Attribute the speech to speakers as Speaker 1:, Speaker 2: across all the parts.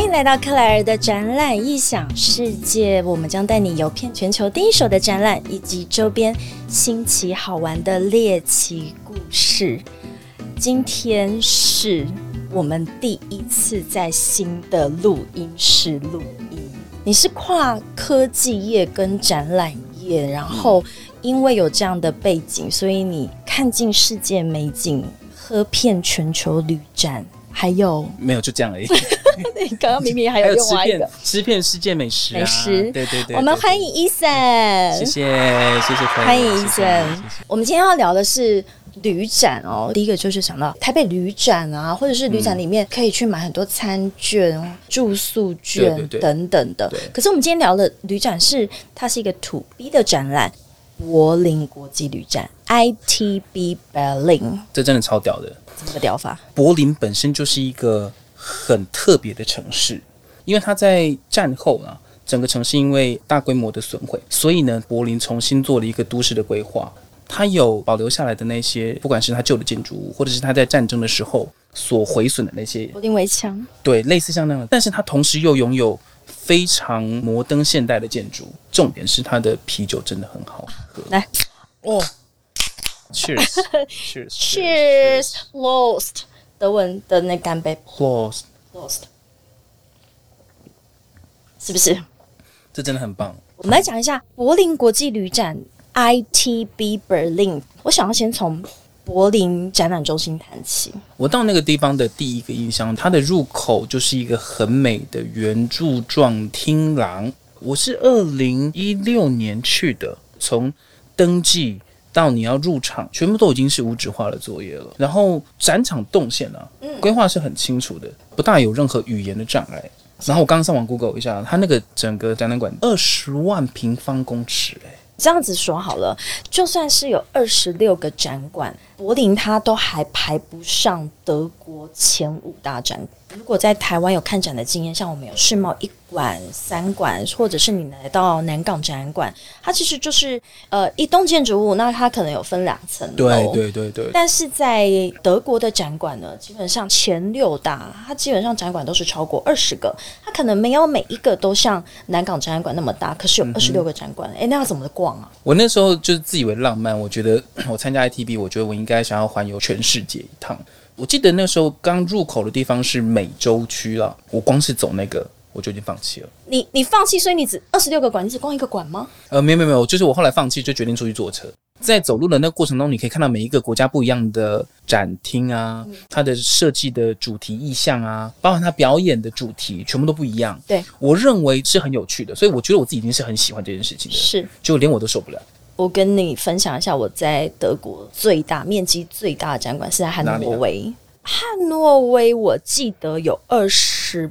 Speaker 1: 迎来到克莱尔的展览异想世界，我们将带你游遍全球第一手的展览以及周边新奇好玩的猎奇故事。今天是我们第一次在新的录音室录音，你是跨科技业跟展览业，然后因为有这样的背景，所以你看尽世界美景，喝遍全球旅展，还有
Speaker 2: 没有，就这样 而已。
Speaker 1: 你哎刚刚明明还
Speaker 2: 还有
Speaker 1: 有另
Speaker 2: 吃
Speaker 1: 外一个
Speaker 2: 遍，吃遍世界美食、啊，
Speaker 1: 美食
Speaker 2: 对对对对
Speaker 1: 我们欢迎伊森，
Speaker 2: 谢谢谢谢朋友
Speaker 1: 欢迎伊
Speaker 2: 谢谢
Speaker 1: 森
Speaker 2: 谢谢。
Speaker 1: 我们今天要聊的是旅展哦，第一个就是想到台北旅展啊，或者是旅展
Speaker 2: 嗯
Speaker 1: 里面可以去买很多餐券、住宿
Speaker 2: 对对
Speaker 1: 券
Speaker 2: 对
Speaker 1: 等等的
Speaker 2: 对。
Speaker 1: 可是我们今天聊的旅展是它是一个土 B 的展览，柏林国际旅展 ITB Berlin
Speaker 2: 这真的超屌的。
Speaker 1: 怎么个屌法？
Speaker 2: 柏林本身就是一个很特别的城市，因为它在战后啊，整个城市因为大规模的损毁，所以呢，柏林重新做了一个都市的规划。它有保留下来的那些，不管是它旧的建筑物，或者是它在战争的时候所毁损的那些
Speaker 1: 柏林围墙，
Speaker 2: 对，类似像那样的，但是它同时又拥有非常摩登现代的建筑。重点是它的啤酒真的很好喝。
Speaker 1: 来
Speaker 2: 哦，Cheers，Cheers，Cheers，
Speaker 1: Cheers Lost 德文的那干杯
Speaker 2: Close，
Speaker 1: Lost 是不是？
Speaker 2: 这真的很棒。
Speaker 1: 我们来讲一下柏林国际旅展 ITB Berlin。我想要先从柏林展览中心谈起。
Speaker 2: 我到那个地方的第一个印象，它的入口就是一个很美的圆柱状厅廊。我是二零一六年去的，从登记到你要入场，全部都已经是无纸化的作业了。然后展场动线啊，规划是很清楚的，不大有任何语言的障碍。然后我刚刚上网 Google 一下，它那个整个展览馆二十万平方公尺、欸，
Speaker 1: 这样子说好了，就算是有二十六个展馆，柏林它都还排不上德国前五大展馆。如果在台湾有看展的经验，像我们有世贸一馆、三馆，或者是你来到南港展览馆，它其实就是呃一栋建筑物，那它可能有分两层楼，
Speaker 2: 对对对对，
Speaker 1: 但是在德国的展馆呢，基本上前六大，它基本上展馆都是超过二十个，它可能没有每一个都像南港展览馆那么大，可是有二十六个展馆，哎、那要怎么逛啊？
Speaker 2: 我那时候就是自以为浪漫，我觉得 我参加 ITB，我觉得我应该想要环游全世界一趟。我记得那时候刚入口的地方是美洲区啦，我光是走那个我就已经放弃了。
Speaker 1: 你你放弃，所以你只二十六个馆，你只逛一个馆吗？
Speaker 2: 呃，没有没有没有，就是我后来放弃，就决定出去坐车。在走路的那个过程中，你可以看到每一个国家不一样的展厅啊，它的设计的主题意象啊，包含它表演的主题，全部都不一样。
Speaker 1: 对，
Speaker 2: 我认为是很有趣的，所以我觉得我自己已经是很喜欢这件事情的，
Speaker 1: 是
Speaker 2: 就连我都受不了。
Speaker 1: 我跟你分享一下，我在德国最大面积最大的展馆是在汉诺
Speaker 2: 哪
Speaker 1: 威。汉诺威我记得有二十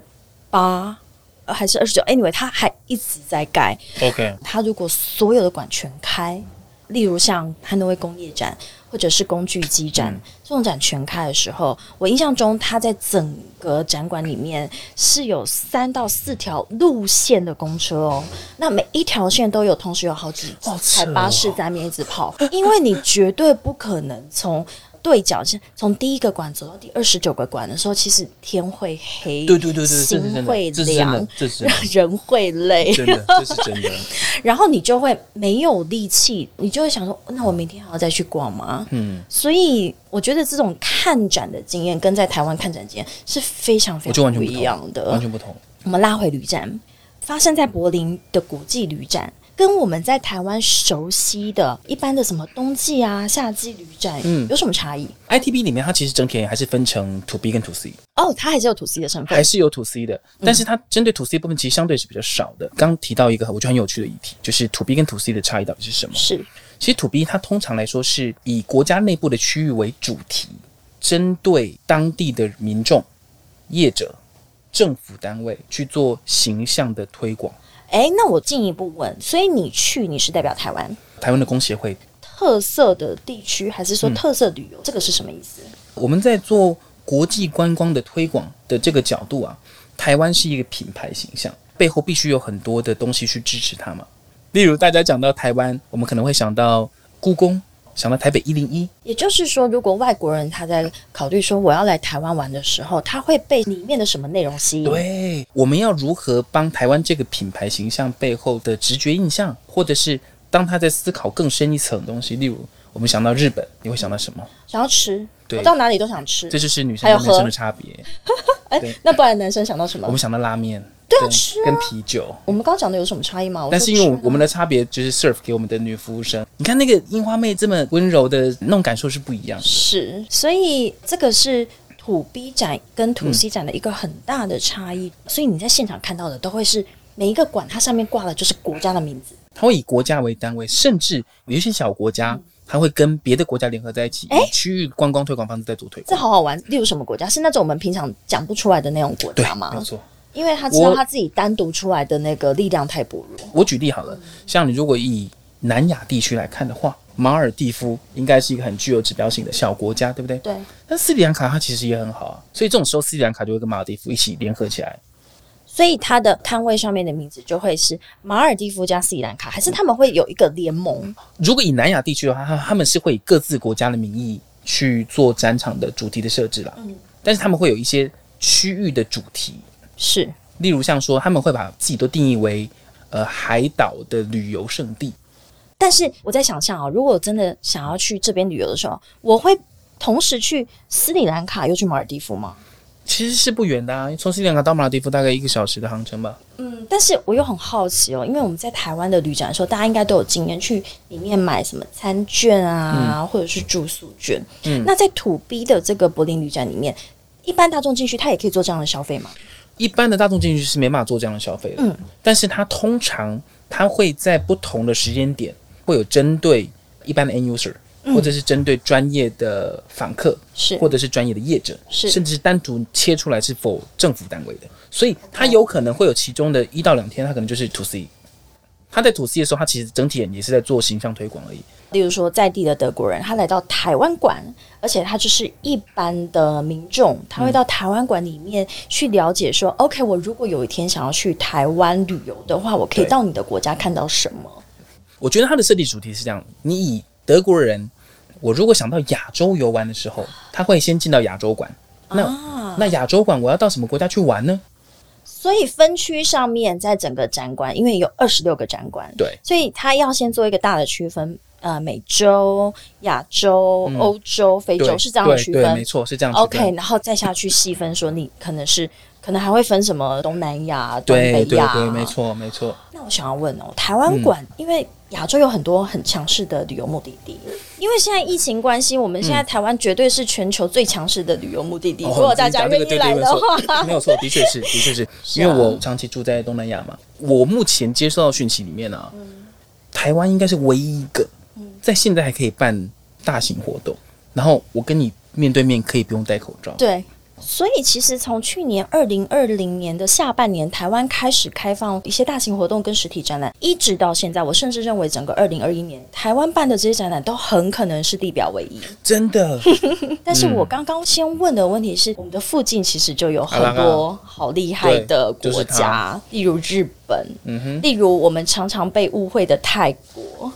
Speaker 1: 八呃还是二十九，anyway，它还一直在盖。
Speaker 2: OK，
Speaker 1: 它如果所有的馆全开，例如像汉诺威工业展或者是工具机展、
Speaker 2: 嗯
Speaker 1: 这种展全开的时候，我印象中它在整个展馆里面是有三到四条路线的公车哦，那每一条线都有同时有好几
Speaker 2: 好扯
Speaker 1: 台
Speaker 2: 哦
Speaker 1: 巴士在那边一直跑，因为你绝对不可能从。对角线从第一个馆走到第二十九个馆的时候，其实天会黑，
Speaker 2: 对对对对，这
Speaker 1: 心
Speaker 2: 是真
Speaker 1: 会
Speaker 2: 的，这是真
Speaker 1: 凉
Speaker 2: 的，，这是真 的。
Speaker 1: 人会累，
Speaker 2: 真 的，这是真的。
Speaker 1: 然后你就会没有力气，你就会想说，那我明天还要再去逛吗？嗯，所以我觉得这种看展的经验跟在台湾看展经验是非常非
Speaker 2: 我就
Speaker 1: 常
Speaker 2: 完全
Speaker 1: 不
Speaker 2: 不同
Speaker 1: 一样
Speaker 2: 完
Speaker 1: 的。
Speaker 2: 全不同。
Speaker 1: 我们拉回旅展，发生在柏林的国际旅展，跟我们在台湾熟悉的一般的什么冬季啊、夏季旅展，
Speaker 2: 嗯
Speaker 1: 有什么差异？
Speaker 2: ITB 里面它其实整体还是分成 To B 跟 To C，
Speaker 1: 哦，它还是有土 C 的成
Speaker 2: 还
Speaker 1: 分，
Speaker 2: 是有 To C 的，
Speaker 1: 嗯
Speaker 2: 但是它针对 To C 部分其实相对是比较少的。刚提到一个我觉得很有趣的议题，就是 To B 跟 To C 的差异到底是什么？
Speaker 1: 是
Speaker 2: 其实 To B 它通常来说是以国家内部的区域为主题，针对当地的民众、业者、政府单位去做形象的推广。
Speaker 1: 哎，那我进一步问，所以你去你是代表台湾
Speaker 2: 台湾的工协会
Speaker 1: 特色的地区，还是
Speaker 2: 嗯
Speaker 1: 说特色旅游？这个是什么意思？
Speaker 2: 我们在做国际观光的推广的这个角度啊，台湾是一个品牌形象，背后必须有很多的东西去支持它嘛。例如大家讲到台湾，我们可能会想到故宫、想到台北一零一，
Speaker 1: 也就是说，如果外国人他在考虑说我要来台湾玩的时候，他会被里面的什么内容吸引？
Speaker 2: 对，我们要如何帮台湾这个品牌形象背后的直觉印象，或者是当他在思考更深一层的东西，例如我们想到日本，你会想到什么？
Speaker 1: 想要吃，
Speaker 2: 对
Speaker 1: 我到哪里都想吃
Speaker 2: 这。就是女生
Speaker 1: 还有
Speaker 2: 跟男生
Speaker 1: 喝
Speaker 2: 的差别。
Speaker 1: 那不然男生想到什么
Speaker 2: 我们？想到拉面，
Speaker 1: 对啊
Speaker 2: 跟
Speaker 1: 吃啊
Speaker 2: 跟啤酒，
Speaker 1: 我们刚刚讲的有什么差异吗？
Speaker 2: 但
Speaker 1: 说
Speaker 2: 是因为我
Speaker 1: 吃
Speaker 2: 我们的差别就是 serve 给我们的女服务生，你看那个樱花妹这么温柔的那种感受是不一样的。
Speaker 1: 是
Speaker 3: 所以这个是土 B 展跟土 C 展的一个很大的差异。
Speaker 1: 所以你在现场看到的都会是每一个馆，它上面挂的就是国家的名字。
Speaker 2: 它会以国家为单位，甚至有一些小国家，它会跟别的国家联合在一起，
Speaker 1: 诶
Speaker 2: 以区域观光推广方式在做推
Speaker 1: 这
Speaker 2: 广。
Speaker 1: 好好玩。例如什么国家？是那种我们平常讲不出来的那种国
Speaker 2: 对
Speaker 1: 家，吗
Speaker 2: 没？错。
Speaker 1: 因为他知道
Speaker 2: 我
Speaker 1: 他自己单独出来的那个力量太薄弱。
Speaker 2: 我举例好了，像你如果以南亚地区来看的话，马尔蒂夫应该是一个很具有指标性的小国家，对不对？
Speaker 1: 对，
Speaker 2: 但斯里兰卡它其实也很好啊，所以这种时候斯里兰卡就会跟马尔蒂夫一起联合起来。
Speaker 1: 所以他的摊位上面的名字就会是马尔蒂夫加斯里兰卡，还是他们会有一个联盟？
Speaker 2: 如果以南亚地区的话，他他们是会以各自国家的名义去做展场的主题的设置啦。但是他们会有一些区域的主题，
Speaker 1: 是
Speaker 2: 例如像说他们会把自己都定义为呃海岛的旅游胜地。
Speaker 1: 但是我在想象啊，如果我真的想要去这边旅游的时候，我会同时去斯里兰卡又去马尔蒂夫吗？
Speaker 2: 其实是不远的啊，从斯里兰卡到马尔蒂夫大概一个小时的航程吧。
Speaker 1: 嗯，但是我又很好奇哦，因为我们在台湾的旅展的时候，大家应该都有经验去里面买什么餐券啊，或者是住宿券。嗯，那在土 B 的这个柏林旅展里面，一般大众进去，他也可以做这样的消费吗？
Speaker 2: 一般的大众进去是没办法做这样的消费的，
Speaker 1: 嗯
Speaker 2: 但是它通常它会在不同的时间点会有针对一般的 end user，、或者是针对专业的访客，
Speaker 1: 是
Speaker 2: 或者是专业的业者，
Speaker 1: 是
Speaker 2: 甚至是单独切出来是否政府单位的，所以它
Speaker 1: 哦
Speaker 2: 有可能会有其中的一到两天，它可能就是 to C。他在 to C 的时候，他其实整体也是在做形象推广而已。
Speaker 1: 例如说，在地的德国人，他来到台湾馆，而且他就是一般的民众，他会到台湾馆里面去了解
Speaker 2: 嗯
Speaker 1: 说、o k 我如果有一天想要去台湾旅游的话，我可以
Speaker 2: 对
Speaker 1: 到你的国家看到什么？
Speaker 2: 我觉得它的设计主题是这样：你以德国人，我如果想到亚洲游玩的时候，他会先进到亚洲馆。那、
Speaker 1: 嗯
Speaker 2: 那亚洲馆我要到什么国家去玩呢？
Speaker 1: 啊所以分区上面，在整个展馆，因为有二十六个展馆，
Speaker 2: 对，
Speaker 1: 所以他要先做一个大的区分，呃，美洲、亚洲、欧、洲、非洲
Speaker 2: 嗯对，
Speaker 1: 是这样的区
Speaker 2: 对对，没
Speaker 1: 分。
Speaker 2: 错，是这样区分。
Speaker 1: OK，然后再下去细分，说你可能是可能还会分什么东南亚、东
Speaker 2: 对
Speaker 1: 北
Speaker 2: 对
Speaker 1: 亚，
Speaker 2: 对，没。错嗯没错。
Speaker 1: 那我想要问哦，台湾馆、因为亚洲有很多很强势的旅游目的地，
Speaker 3: 因为现在疫情关系，我们现在台湾绝对是全球最强势的旅游目的地。
Speaker 2: 嗯哦
Speaker 3: 如果大
Speaker 2: 你
Speaker 3: 家
Speaker 2: 讲这
Speaker 3: 愿
Speaker 2: 个
Speaker 3: 意
Speaker 2: 对对
Speaker 3: 来
Speaker 2: 没
Speaker 3: 的话， 啊
Speaker 2: 错， 没有错，的确是，的确是，因为我长期住在东南亚嘛，我目前接收到讯息里面啊，
Speaker 3: 嗯
Speaker 2: 台湾应该是唯一一个在现在还可以办大型活动，然后我跟你面对面可以不用戴口罩。
Speaker 1: 对，
Speaker 3: 所以其实从去年二零二零年的下半年，台湾开始开放一些大型活动跟实体展览，一直到现在，我甚至认为整个二零二一年台湾办的这些展览都很可能是地表唯一。
Speaker 2: 真的，
Speaker 3: 但
Speaker 2: 嗯
Speaker 3: 是我刚刚先问的问题是，我们的附近其实就有很
Speaker 2: 好啦好
Speaker 3: 多好厉害的
Speaker 2: 对就是
Speaker 3: 国家，例如日本，
Speaker 2: 嗯哼，
Speaker 3: 例如我们常常被误会的泰国，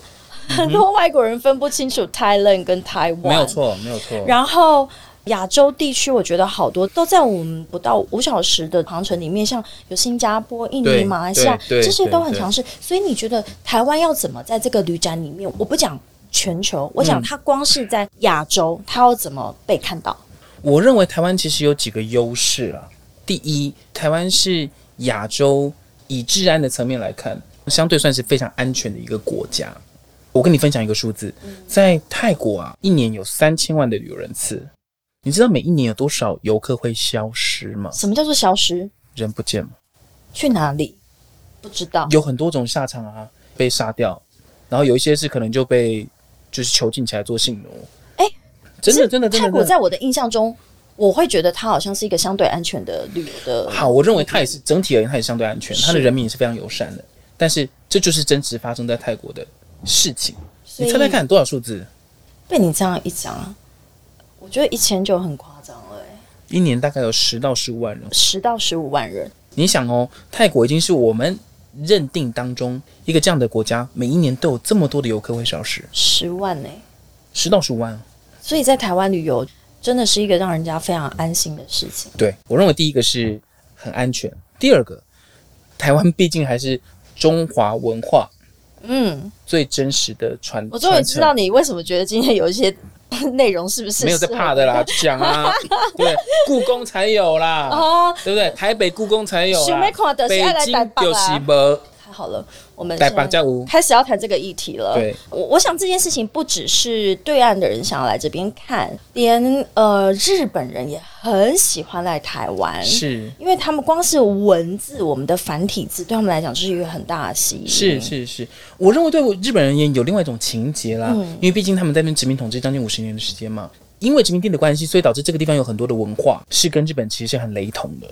Speaker 3: 很多外国人分不清楚 Thailand 跟台湾，
Speaker 2: 嗯没有错，没有错。
Speaker 3: 然后亚洲地区，我觉得好多都在我们不到五小时的航程里面，像有新加坡、印尼、
Speaker 2: 对
Speaker 3: 马来西亚
Speaker 2: 对对
Speaker 3: 这些都很
Speaker 2: 对
Speaker 3: 强势。所以你觉得台湾要怎么在这个旅展里面？我不讲全球，我讲它光是在亚洲，它要怎么被看到？
Speaker 2: 我认为台湾其实有几个优势啦。第一，台湾是亚洲以治安的层面来看，相对算是非常安全的一个国家。我跟你分享一个数字，
Speaker 1: 嗯
Speaker 2: 在泰国啊，一年有三千万的旅游人次，你知道每一年有多少游客会消失吗？
Speaker 1: 什么叫做消失？
Speaker 2: 人不见了，
Speaker 1: 去哪里？不知道。
Speaker 2: 有很多种下场啊，被杀掉，然后有一些是可能就被就是囚禁起来做性奴。
Speaker 1: 哎
Speaker 2: 真的
Speaker 1: 是
Speaker 2: 真的真的，
Speaker 1: 泰国
Speaker 2: 真的
Speaker 1: 在我的印象中，我会觉得它好像是一个相对安全的旅游的。
Speaker 2: 好，我认为它也是整体而言，它也相对安全，
Speaker 1: 是
Speaker 2: 它的人民也是非常友善的。但是这就是真实发生在泰国的事情。
Speaker 1: 所
Speaker 2: 你
Speaker 1: 以
Speaker 2: 猜猜看多少数字？
Speaker 1: 被你这样一讲，我觉得一千就很夸张了、欸，
Speaker 2: 一年大概有十到十五万人。
Speaker 1: 十到十五万人。
Speaker 2: 你想哦，泰国已经是我们认定当中一个这样的国家，每一年都有这么多的游客会消失。
Speaker 1: 十万呢、欸
Speaker 2: 十到十五万啊。
Speaker 1: 所以在台湾旅游真的是一个让人家非常安心的事情。
Speaker 2: 对我认为第一个是很安全，第二个，台湾毕竟还是中华文化
Speaker 1: 嗯，
Speaker 2: 最真实的传，
Speaker 1: 我终于知道
Speaker 2: 传承。
Speaker 1: 你为什么觉得今天有一些 内容是不是
Speaker 2: 没有在
Speaker 1: 适合
Speaker 2: 怕的啦，就讲 啊，对，故宫才有啦，
Speaker 1: 哦。
Speaker 2: 对不对？台北故宫才有
Speaker 1: 想
Speaker 2: 啦
Speaker 1: 要看，就是
Speaker 2: 北
Speaker 1: 要来
Speaker 2: 京
Speaker 1: 台北
Speaker 2: 有
Speaker 1: 啊
Speaker 2: 西门，
Speaker 1: 太好了，我们
Speaker 2: 台
Speaker 1: 现在
Speaker 2: 北啊才有
Speaker 1: 开始要谈这个议题了。
Speaker 2: 对，
Speaker 1: 我我想这件事情不只是对岸的人想要来这边看，连呃日本人也很喜欢来台湾，
Speaker 2: 是
Speaker 1: 因为他们光是文字，我们的繁体字对他们来讲就是一个很大的吸引。
Speaker 2: 是，是是，我认为对日本人也有另外一种情结啦，
Speaker 1: 嗯
Speaker 2: 因为毕竟他们在那边殖民统治将近五十年的时间嘛，因为殖民地的关系，所以导致这个地方有很多的文化是跟日本其实是很雷同的。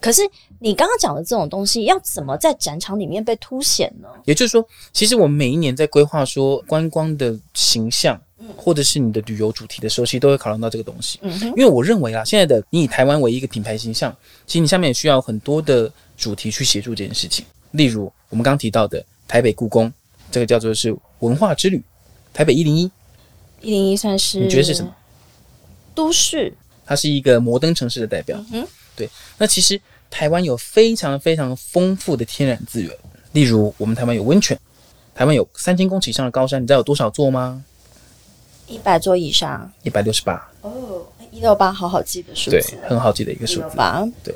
Speaker 1: 可是你刚刚讲的这种东西，要怎么在展场里面被凸显呢？
Speaker 2: 也就是说，其实我们每一年在规划说观光的形象，或者是你的旅游主题的时候，其实都会考量到这个东西。
Speaker 1: 嗯哼
Speaker 2: 因为我认为啊啦，现在的你以台湾为一个品牌形象，其实你下面也需要很多的主题去协助这件事情。例如我们刚刚提到的台北故宫，这个叫做是文化之旅，台北一零一，
Speaker 1: 一零一算是
Speaker 2: 你觉得是什么？？
Speaker 1: 都市
Speaker 2: 它是一个摩登城市的代表。
Speaker 1: 嗯哼
Speaker 2: 对。那其实台湾有非常非常丰富的天然资源，例如我们台湾有温泉，台湾有三千公尺以上的高山，你知道有多少座吗？
Speaker 1: 一百座以上
Speaker 2: 一百六十八，
Speaker 1: 哦，一六八好好记的数
Speaker 2: 对
Speaker 1: 字，，
Speaker 2: 很好记的一个数
Speaker 1: 168
Speaker 2: 字。
Speaker 1: 吧？
Speaker 2: 对。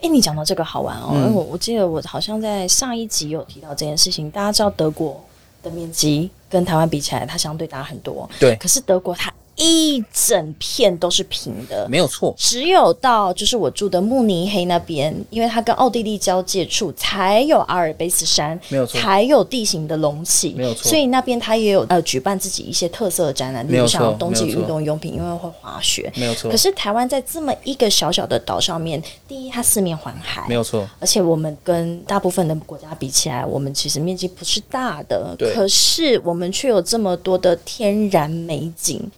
Speaker 1: 哎，你讲到这个好玩哦，
Speaker 2: 嗯
Speaker 1: 因为我我记得我好像在上一集有提到这件事情。大家知道德国的面积跟台湾比起来，它相对大很多。
Speaker 2: 对
Speaker 1: 可是德国它一整片都是平的，
Speaker 2: 没有错，
Speaker 1: 只有到就是我住的慕尼黑那边，因为它跟奥地利交界处才有阿尔卑斯山，
Speaker 2: 没有错
Speaker 1: 才有地形的隆起，
Speaker 2: 没有错
Speaker 1: 所以那边它也有呃举办自己一些特色的展览，例
Speaker 2: 没有
Speaker 1: 如
Speaker 2: 错
Speaker 1: 像冬季
Speaker 2: 没有错
Speaker 1: 运动用品，因为会滑雪。
Speaker 2: 没有错
Speaker 1: 可，是台湾在这么一个小小的岛上面，第一它四面环海，
Speaker 2: 没有错，
Speaker 1: 而且我们跟大部分的国家比起来，我们其实面积不是大的
Speaker 2: 对，
Speaker 1: 可是我们却有这么多的天然美景。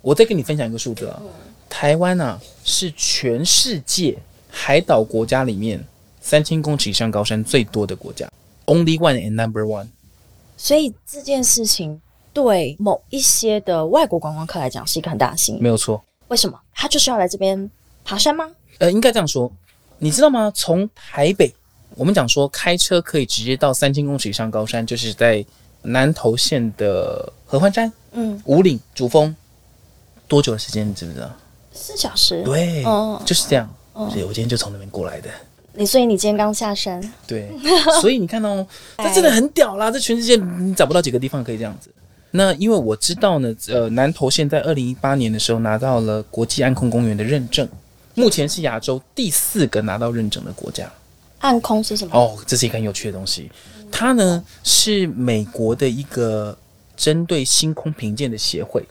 Speaker 2: 我再跟你分享一个数字啊，台湾啊是全世界海岛国家里面三千公尺以上高山最多的国家，Only one and number one。
Speaker 1: 所以这件事情对某一些的外国观光客来讲是一个很大的吸引。
Speaker 2: 没有错，
Speaker 1: 为什么？他就是要来这边爬山吗？
Speaker 2: 呃，应该这样说，你知道吗？从台北，我们讲说开车可以直接到三千公尺以上高山，就是在南投县的合欢山、
Speaker 1: 嗯，
Speaker 2: 五岭、主峰，多久的时间？你知不知道？
Speaker 1: 四小时。
Speaker 2: 对，
Speaker 1: 哦
Speaker 2: 就是这样。所以我今天就从那边过来的。
Speaker 1: 你所以你今天刚下山，
Speaker 2: 对，所以你看哦，这真的很屌啦！这全世界你找不到几个地方可以这样子。那因为我知道呢，呃，南投县在二零一八年的时候拿到了国际安控公园的认证，目前是亚洲第四个拿到认证的国家。
Speaker 1: 暗空是什么？
Speaker 2: 哦，这是一个很有趣的东西。它呢是美国的一个针对星空评鉴的协会，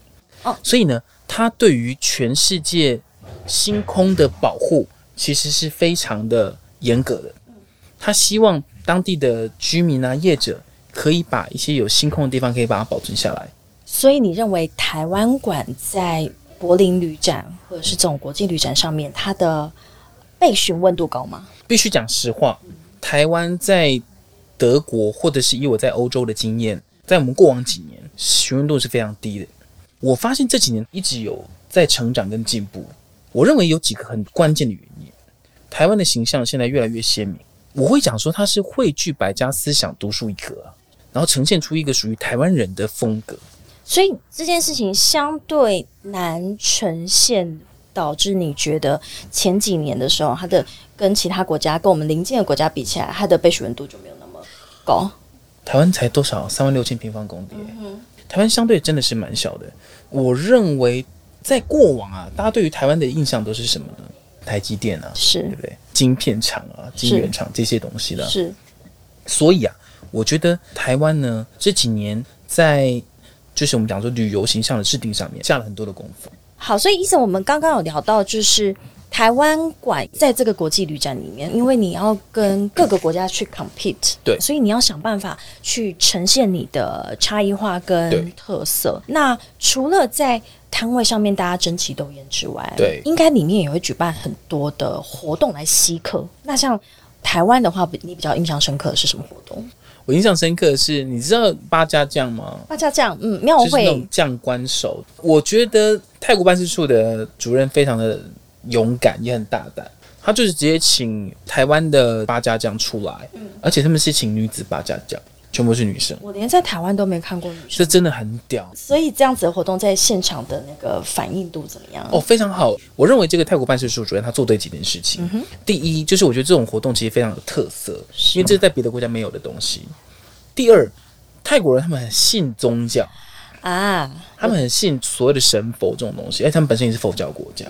Speaker 1: 哦
Speaker 2: 所以呢，它对于全世界星空的保护其实是非常的严格的。它希望当地的居民啊、业者可以把一些有星空的地方可以把它保存下来。
Speaker 1: 所以你认为台湾馆在柏林旅展或者是这种国际旅展上面，它的被询问度高吗？
Speaker 2: 必须讲实话，台湾在德国或者是以我在欧洲的经验，在我们过往几年询问度是非常低的。我发现这几年一直有在成长跟进步。我认为有几个很关键的原因，台湾的形象现在越来越鲜明。我会讲说它是汇聚百家思想独树一格啊，然后呈现出一个属于台湾人的风格。
Speaker 1: 所以这件事情相对难呈现，导致你觉得前几年的时候，它的跟其他国家、跟我们邻近的国家比起来，它的被询问度就没有那么高。
Speaker 2: 台湾才多少？三万六千平方公里耶、台湾相对真的是蛮小的。我认为在过往啊，大家对于台湾的印象都是什么呢？台积电啊，对
Speaker 1: 是
Speaker 2: 不对？晶片厂啊、晶圆厂这些东西的。
Speaker 1: 是，
Speaker 2: 所以啊，我觉得台湾呢这几年在就是我们讲说旅游形象的制定上面下了很多的功夫。
Speaker 1: 好，所以医生，我们刚刚有聊到，就是台湾馆在这个国际旅展里面，因为你要跟各个国家去 compete，
Speaker 2: 对
Speaker 1: 所以你要想办法去呈现你的差异化
Speaker 2: 对
Speaker 1: 跟特色。那除了在摊位上面大家争奇斗艳之外，
Speaker 2: 对
Speaker 1: 应该里面也会举办很多的活动来吸客。那像。台湾的话，比你比较印象深刻的是什么活动？
Speaker 2: 我印象深刻的是，你知道八家酱吗？
Speaker 1: 大家这样，嗯，庙
Speaker 2: 就是那
Speaker 1: 会
Speaker 2: 种将官手。我觉得泰国办事处的主任非常的勇敢，也很大胆。他就是直接请台湾的八家将出来，而且他们是请女子八家将，全部是女生，
Speaker 1: 我连在台湾都没看过女生，
Speaker 2: 这真的很屌
Speaker 1: 所以这样子的活动在现场的那个反应度怎么样？
Speaker 2: 哦，非常好。我认为这个泰国办事处主任他做对几件事情。第一，就是我觉得这种活动其实非常有特色，因为这是在别的国家没有的东西。第二，泰国人他们很信宗教，
Speaker 1: 啊，
Speaker 2: 他们很信所谓的神佛这种东西，哎，他们本身也是佛教国家。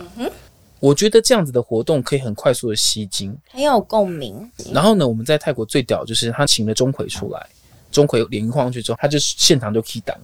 Speaker 2: 我觉得这样子的活动可以很快速的吸睛。
Speaker 1: 很有共鸣。
Speaker 2: 然后呢，我们在泰国最屌就是他请了钟馗出来，钟馗脸晃上去之后，他就现场就 key 档，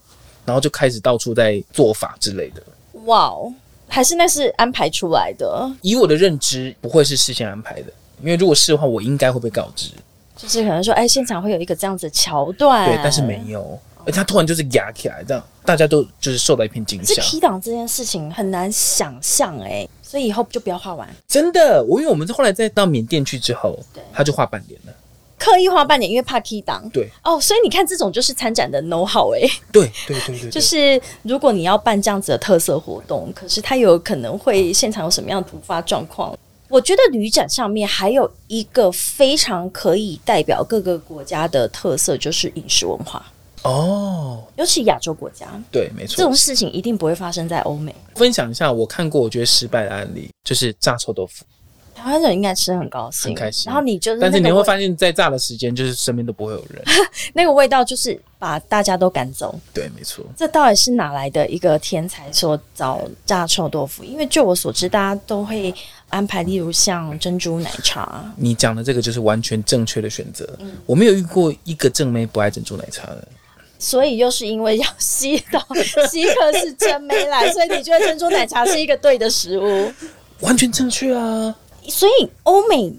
Speaker 2: 然后就开始到处在做法之类的。
Speaker 1: 哇哦，还是那是安排出来的，
Speaker 2: 以我的认知，不会是事先安排的，因为如果是的话，我应该会被告知。
Speaker 1: 就是可能说，哎，现场会有一个这样子的桥段，
Speaker 2: 对，但是没。有，而他突然就是压起来，这样大家都就是受到一片惊
Speaker 1: 这
Speaker 2: 吓。
Speaker 1: key 档这件事情很难想象哎、所以以后就不要画完，
Speaker 2: 真的，我因为我们后来再到缅甸去之后，他就画半脸了。
Speaker 1: 刻意画半点，因为怕 key 档。
Speaker 2: 对
Speaker 1: 哦，所以你看这种就是参展的 no 好哎、
Speaker 2: 对对对对对，
Speaker 1: 就是如果你要办这样子的特色活动，可是它有可能会现场有什么样的突发状况？我觉得旅展上面还有一个非常可以代表各个国家的特色，就是饮食文化，
Speaker 2: 哦，
Speaker 1: 尤其亚洲国家
Speaker 2: 对，没错。
Speaker 1: 这种事情一定不会发生在欧美。
Speaker 2: 分享一下我看过我觉得失败的案例，就是炸臭豆腐，
Speaker 1: 台湾人应该吃得很高兴，
Speaker 2: 很开心
Speaker 1: 然后你就是那
Speaker 2: 但
Speaker 1: 个
Speaker 2: 是
Speaker 1: 味，
Speaker 2: 你会发现在炸的时间，就是身边都不会有人。
Speaker 1: 那个味道，就是把大家都赶走。
Speaker 2: 对，没错，
Speaker 1: 这到底是哪来的一个天才说找炸臭豆腐？因为就我所知，大家都会安排，例如像珍珠奶茶，
Speaker 2: 你讲的这个就是完全正确的选择。
Speaker 1: 嗯
Speaker 2: 我没有遇过一个正妹不爱珍珠奶茶的，
Speaker 1: 所以又是因为要吸到 吸客是真没来，所以你觉得珍珠奶茶是一个对的食物。
Speaker 2: 完全正确啊！
Speaker 1: 所以欧美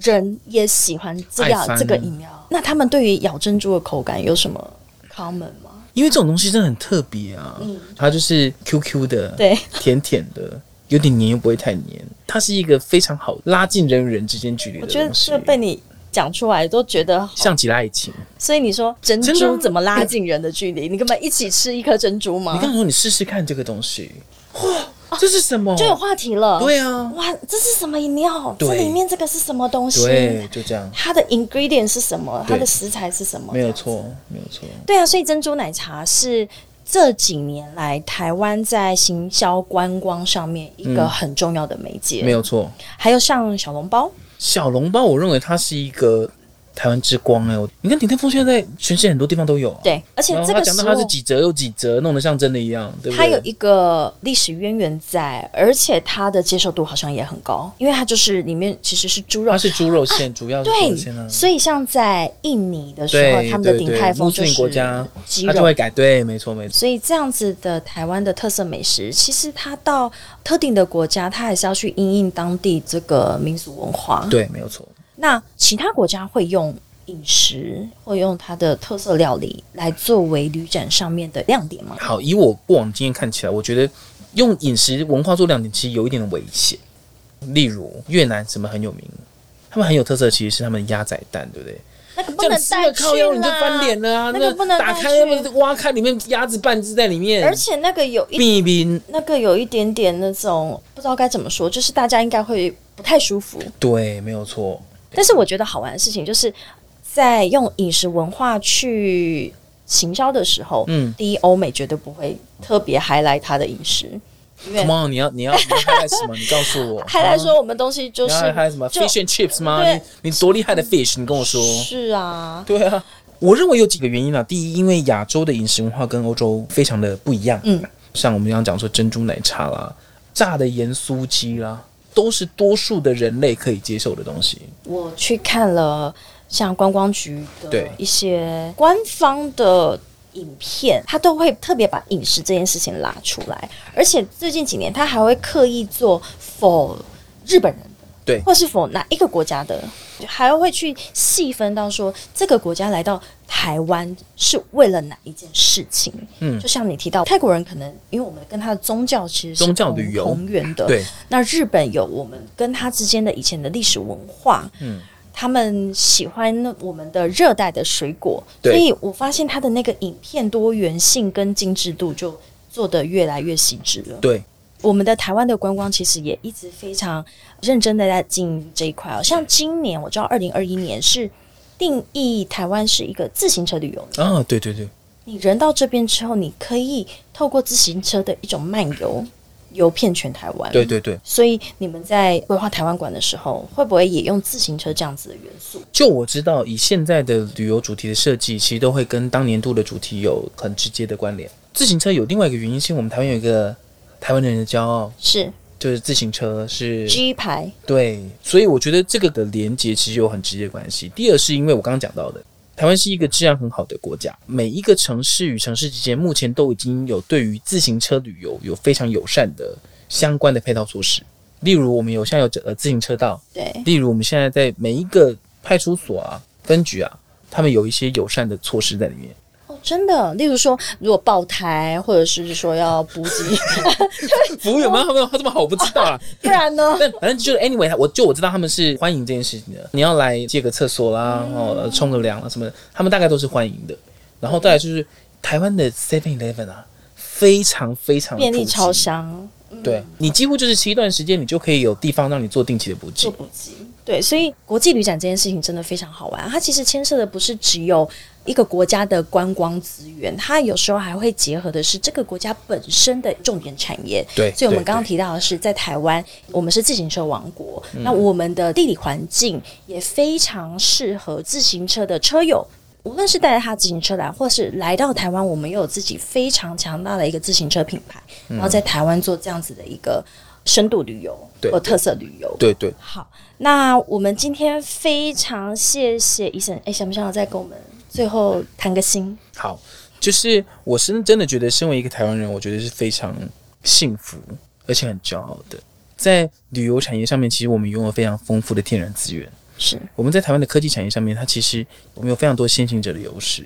Speaker 1: 人也喜欢这样
Speaker 2: 爱翻
Speaker 1: 这个饮料。那他们对于咬珍珠的口感有什么 common 吗？
Speaker 2: 因为这种东西真的很特别啊，它就是 QQ 的，
Speaker 1: 嗯对，
Speaker 2: 甜甜的，有点黏又不会太黏，它是一个非常好拉近人与人之间距离
Speaker 1: 我
Speaker 2: 的
Speaker 1: 觉得
Speaker 2: 东西
Speaker 1: 这，被你讲出来都觉得好。
Speaker 2: 像极了爱情。
Speaker 1: 所以你说珍
Speaker 2: 真的
Speaker 1: 珠
Speaker 2: 吗
Speaker 1: 怎么拉近人的距离？你根本一起吃一颗珍珠
Speaker 2: 你
Speaker 1: 吗
Speaker 2: 刚？才说你试试看这个东西，哇，这是什么？
Speaker 1: 哦就有话题了。
Speaker 2: 哦对啊，
Speaker 1: 哇，这是什么饮料？
Speaker 2: 对
Speaker 1: 这里面这个是什么东西？
Speaker 2: 对，就这样，
Speaker 1: 它的 ingredient 是什么？它
Speaker 2: 对
Speaker 1: 的食材是什么？
Speaker 2: 没有错，没有错。
Speaker 1: 对啊，所以珍珠奶茶是这几年来台湾在行销观光上面一个很重要的媒介。
Speaker 2: 没有错，
Speaker 1: 还有像小笼包，
Speaker 2: 小笼包，我认为它是一个台湾之光哎、我你看鼎泰丰现在在全世界很多地方都有、啊，，
Speaker 1: 对，而且
Speaker 2: 然后
Speaker 1: 这
Speaker 2: 他
Speaker 1: 个
Speaker 2: 讲
Speaker 1: 食
Speaker 2: 到它是
Speaker 1: 物。
Speaker 2: 几折又几折，弄得像真的一样，对不对？
Speaker 1: 它有一个历史渊源在，而且它的接受度好像也很高，因为它就是里面其实是猪肉
Speaker 2: 它，是猪肉馅，主要是猪肉馅啊
Speaker 1: 啊对，。所以像在印尼的时候，
Speaker 2: 对
Speaker 1: 他们的
Speaker 2: 对
Speaker 1: 鼎
Speaker 2: 对，
Speaker 1: 泰丰
Speaker 2: 穆
Speaker 1: 就
Speaker 2: 斯林
Speaker 1: 是
Speaker 2: 国家，
Speaker 1: 鸡
Speaker 2: 它
Speaker 1: 肉
Speaker 2: 就会改，对，没错没错。
Speaker 1: 所以这样子的台湾的特色美食，其实它到特定的国家，它还是要去因应当地这个民俗文化。
Speaker 2: 对，没有错。
Speaker 1: 那其他国家会用饮食，会用它的特色料理来作为旅展上面的亮点吗？
Speaker 2: 好，以我过往经验看起来，我觉得用饮食文化做亮点，其实有一点的危险。例如越南什么很有名，他们很有特色，其实是他们的鸭仔蛋，对不对？
Speaker 1: 那个不
Speaker 2: 这
Speaker 1: 能
Speaker 2: 样吃
Speaker 1: 带
Speaker 2: 了
Speaker 1: 去
Speaker 2: 靠腰你就翻脸
Speaker 1: 啦。
Speaker 2: 了啊！
Speaker 1: 那个不能
Speaker 2: 打
Speaker 1: 带
Speaker 2: 开，
Speaker 1: 去
Speaker 2: 挖开里面鸭子半只在里面，
Speaker 1: 而且那个有一
Speaker 2: 冰一冰，
Speaker 1: 那个有一点点那种不知道该怎么说，就是大家应该会不太舒服。
Speaker 2: 对，没有错，
Speaker 1: 但是我觉得好玩的事情就是在用饮食文化去行销的时候，
Speaker 2: 嗯
Speaker 1: 第一，欧美绝对不会特别还来它的饮食，因为
Speaker 2: Come on，你要你要你要 highlight 什么？你告诉我。
Speaker 1: 还来
Speaker 2: 啊，
Speaker 1: 说我们东西就
Speaker 2: 你
Speaker 1: 是啊
Speaker 2: 要 highlight 什么
Speaker 1: 就
Speaker 2: ？Fish and chips 吗？
Speaker 1: 对
Speaker 2: 你你多厉害的 fish？你跟我说。
Speaker 1: 是啊，
Speaker 2: 对啊，我认为有几个原因啦。第一，因为亚洲的饮食文化跟欧洲非常的不一样。
Speaker 1: 嗯，
Speaker 2: 像我们刚刚讲说珍珠奶茶啦、炸的盐酥鸡啦，都是多数的人类可以接受的东西。
Speaker 1: 我去看了像观光局的
Speaker 2: 对
Speaker 1: 一些官方的影片，他都会特别把饮食这件事情拉出来，而且最近几年他还会刻意做否日本人的，
Speaker 2: 对
Speaker 1: 或是否哪一个国家的，还会去细分到说这个国家来到台湾是为了哪一件事情。
Speaker 2: 嗯
Speaker 1: 就像你提到泰国人，可能因为我们跟他的宗教其实是
Speaker 2: 宗教
Speaker 1: 同
Speaker 2: 旅游
Speaker 1: 同源的，
Speaker 2: 对，
Speaker 1: 那日本有我们跟他之间的以前的历史文化，嗯，他们喜欢我们的热带的水果，
Speaker 2: 对
Speaker 1: 所以我发现它的那个影片多元性跟精致度就做得越来越细致了。
Speaker 2: 对，
Speaker 1: 我们的台湾的观光其实也一直非常认真的在经营这一块哦。像今年我知道二零二一年是定义台湾是一个自行车旅游，
Speaker 2: 啊，对对对，
Speaker 1: 你人到这边之后，你可以透过自行车的一种漫游，游遍全台湾。
Speaker 2: 对对对。
Speaker 1: 所以你们在规划台湾馆的时候，会不会也用自行车这样子的元素？
Speaker 2: 就我知道，以现在的旅游主题的设计，其实都会跟当年度的主题有很直接的关联。自行车有另外一个原因，是因为我们台湾有一个台湾人的骄傲，
Speaker 1: 是
Speaker 2: 就是自行车是
Speaker 1: G 牌，
Speaker 2: 对，所以我觉得这个的连接其实有很直接的关系。第二是因为我刚刚讲到的，台湾是一个治安很好的国家，每一个城市与城市之间目前都已经有对于自行车旅游有非常友善的相关的配套措施，例如我们有现在有呃自行车道，
Speaker 1: 对，
Speaker 2: 例如我们现在在每一个派出所啊、分局啊，他们有一些友善的措施在里面。
Speaker 1: 哦，真的。例如说，如果爆胎，或者是说要补给，
Speaker 2: 服务员吗？他们他这么好，我不知道啊。
Speaker 1: 不然呢？
Speaker 2: 但反正就是 anyway，我就我知道他们是欢迎这件事情的。你要来借个厕所啦，哦，冲个凉啊什么的，他们大概都是欢迎的。然后再来就是台湾的 Seven Eleven 啊，非常非常
Speaker 1: 便利
Speaker 2: 普及
Speaker 1: 超，嗯商
Speaker 2: 对你几乎就是吃一段时间，你就可以有地方让你做定期的补
Speaker 1: 做
Speaker 2: 给。
Speaker 1: 补给。对，所以国际旅展这件事情真的非常好玩。它其实牵涉的不是只有一个国家的观光资源，它有时候还会结合的是这个国家本身的重点产业。
Speaker 2: 对
Speaker 1: 所以我们
Speaker 2: 对
Speaker 1: 刚刚
Speaker 2: 对嗯
Speaker 1: 提到的是，在台湾，我们是自行车王国，那我们的地理环境也非常适合自行车的车友。无论是带着他自行车来，或是来到台湾，我们又有自己非常强大的一个自行车品牌，然后
Speaker 2: 嗯
Speaker 1: 在台湾做这样子的一个深度旅游
Speaker 2: 对
Speaker 1: 或特色旅游。
Speaker 2: 对对，
Speaker 1: 好，那我们今天非常谢谢医生，哎，想不想要再跟我们最后谈个心？
Speaker 2: 好，就是我是真的觉得，身为一个台湾人，我觉得是非常幸福而且很骄傲的。在旅游产业上面，其实我们拥有非常丰富的天然资源。
Speaker 1: 是
Speaker 2: 我们在台湾的科技产业上面，它其实我们有非常多先行者的优势。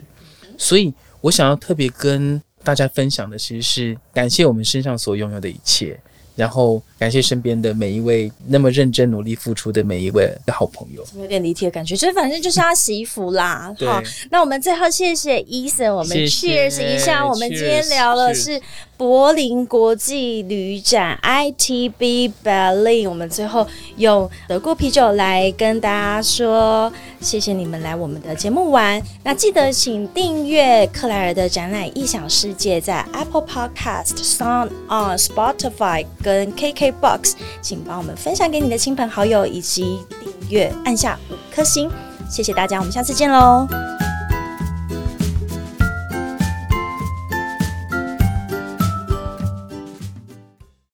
Speaker 2: 所以我想要特别跟大家分享的，其实是感谢我们身上所拥有的一切，然后感谢身边的每一位那么认真努力付出的每一位好朋友。
Speaker 1: 有点离题的感觉，就是反正就是要洗衣服啦。
Speaker 2: 对
Speaker 1: 好，那我们最后谢谢医生，我们
Speaker 2: 谢谢
Speaker 1: cheers 一下。我们今天
Speaker 2: cheers，
Speaker 1: 聊了
Speaker 2: cheers
Speaker 1: 是柏林国际旅展 ITB Berlin，我们最后用德国啤酒来跟大家说，谢谢你们来我们的节目玩。那记得请订阅克莱尔的展览《异想世界》在 Apple Podcast、Sound on Spotify 跟 KKBox，请帮我们分享给你的亲朋好友以及订阅，按下五颗星。谢谢大家，我们下次见喽，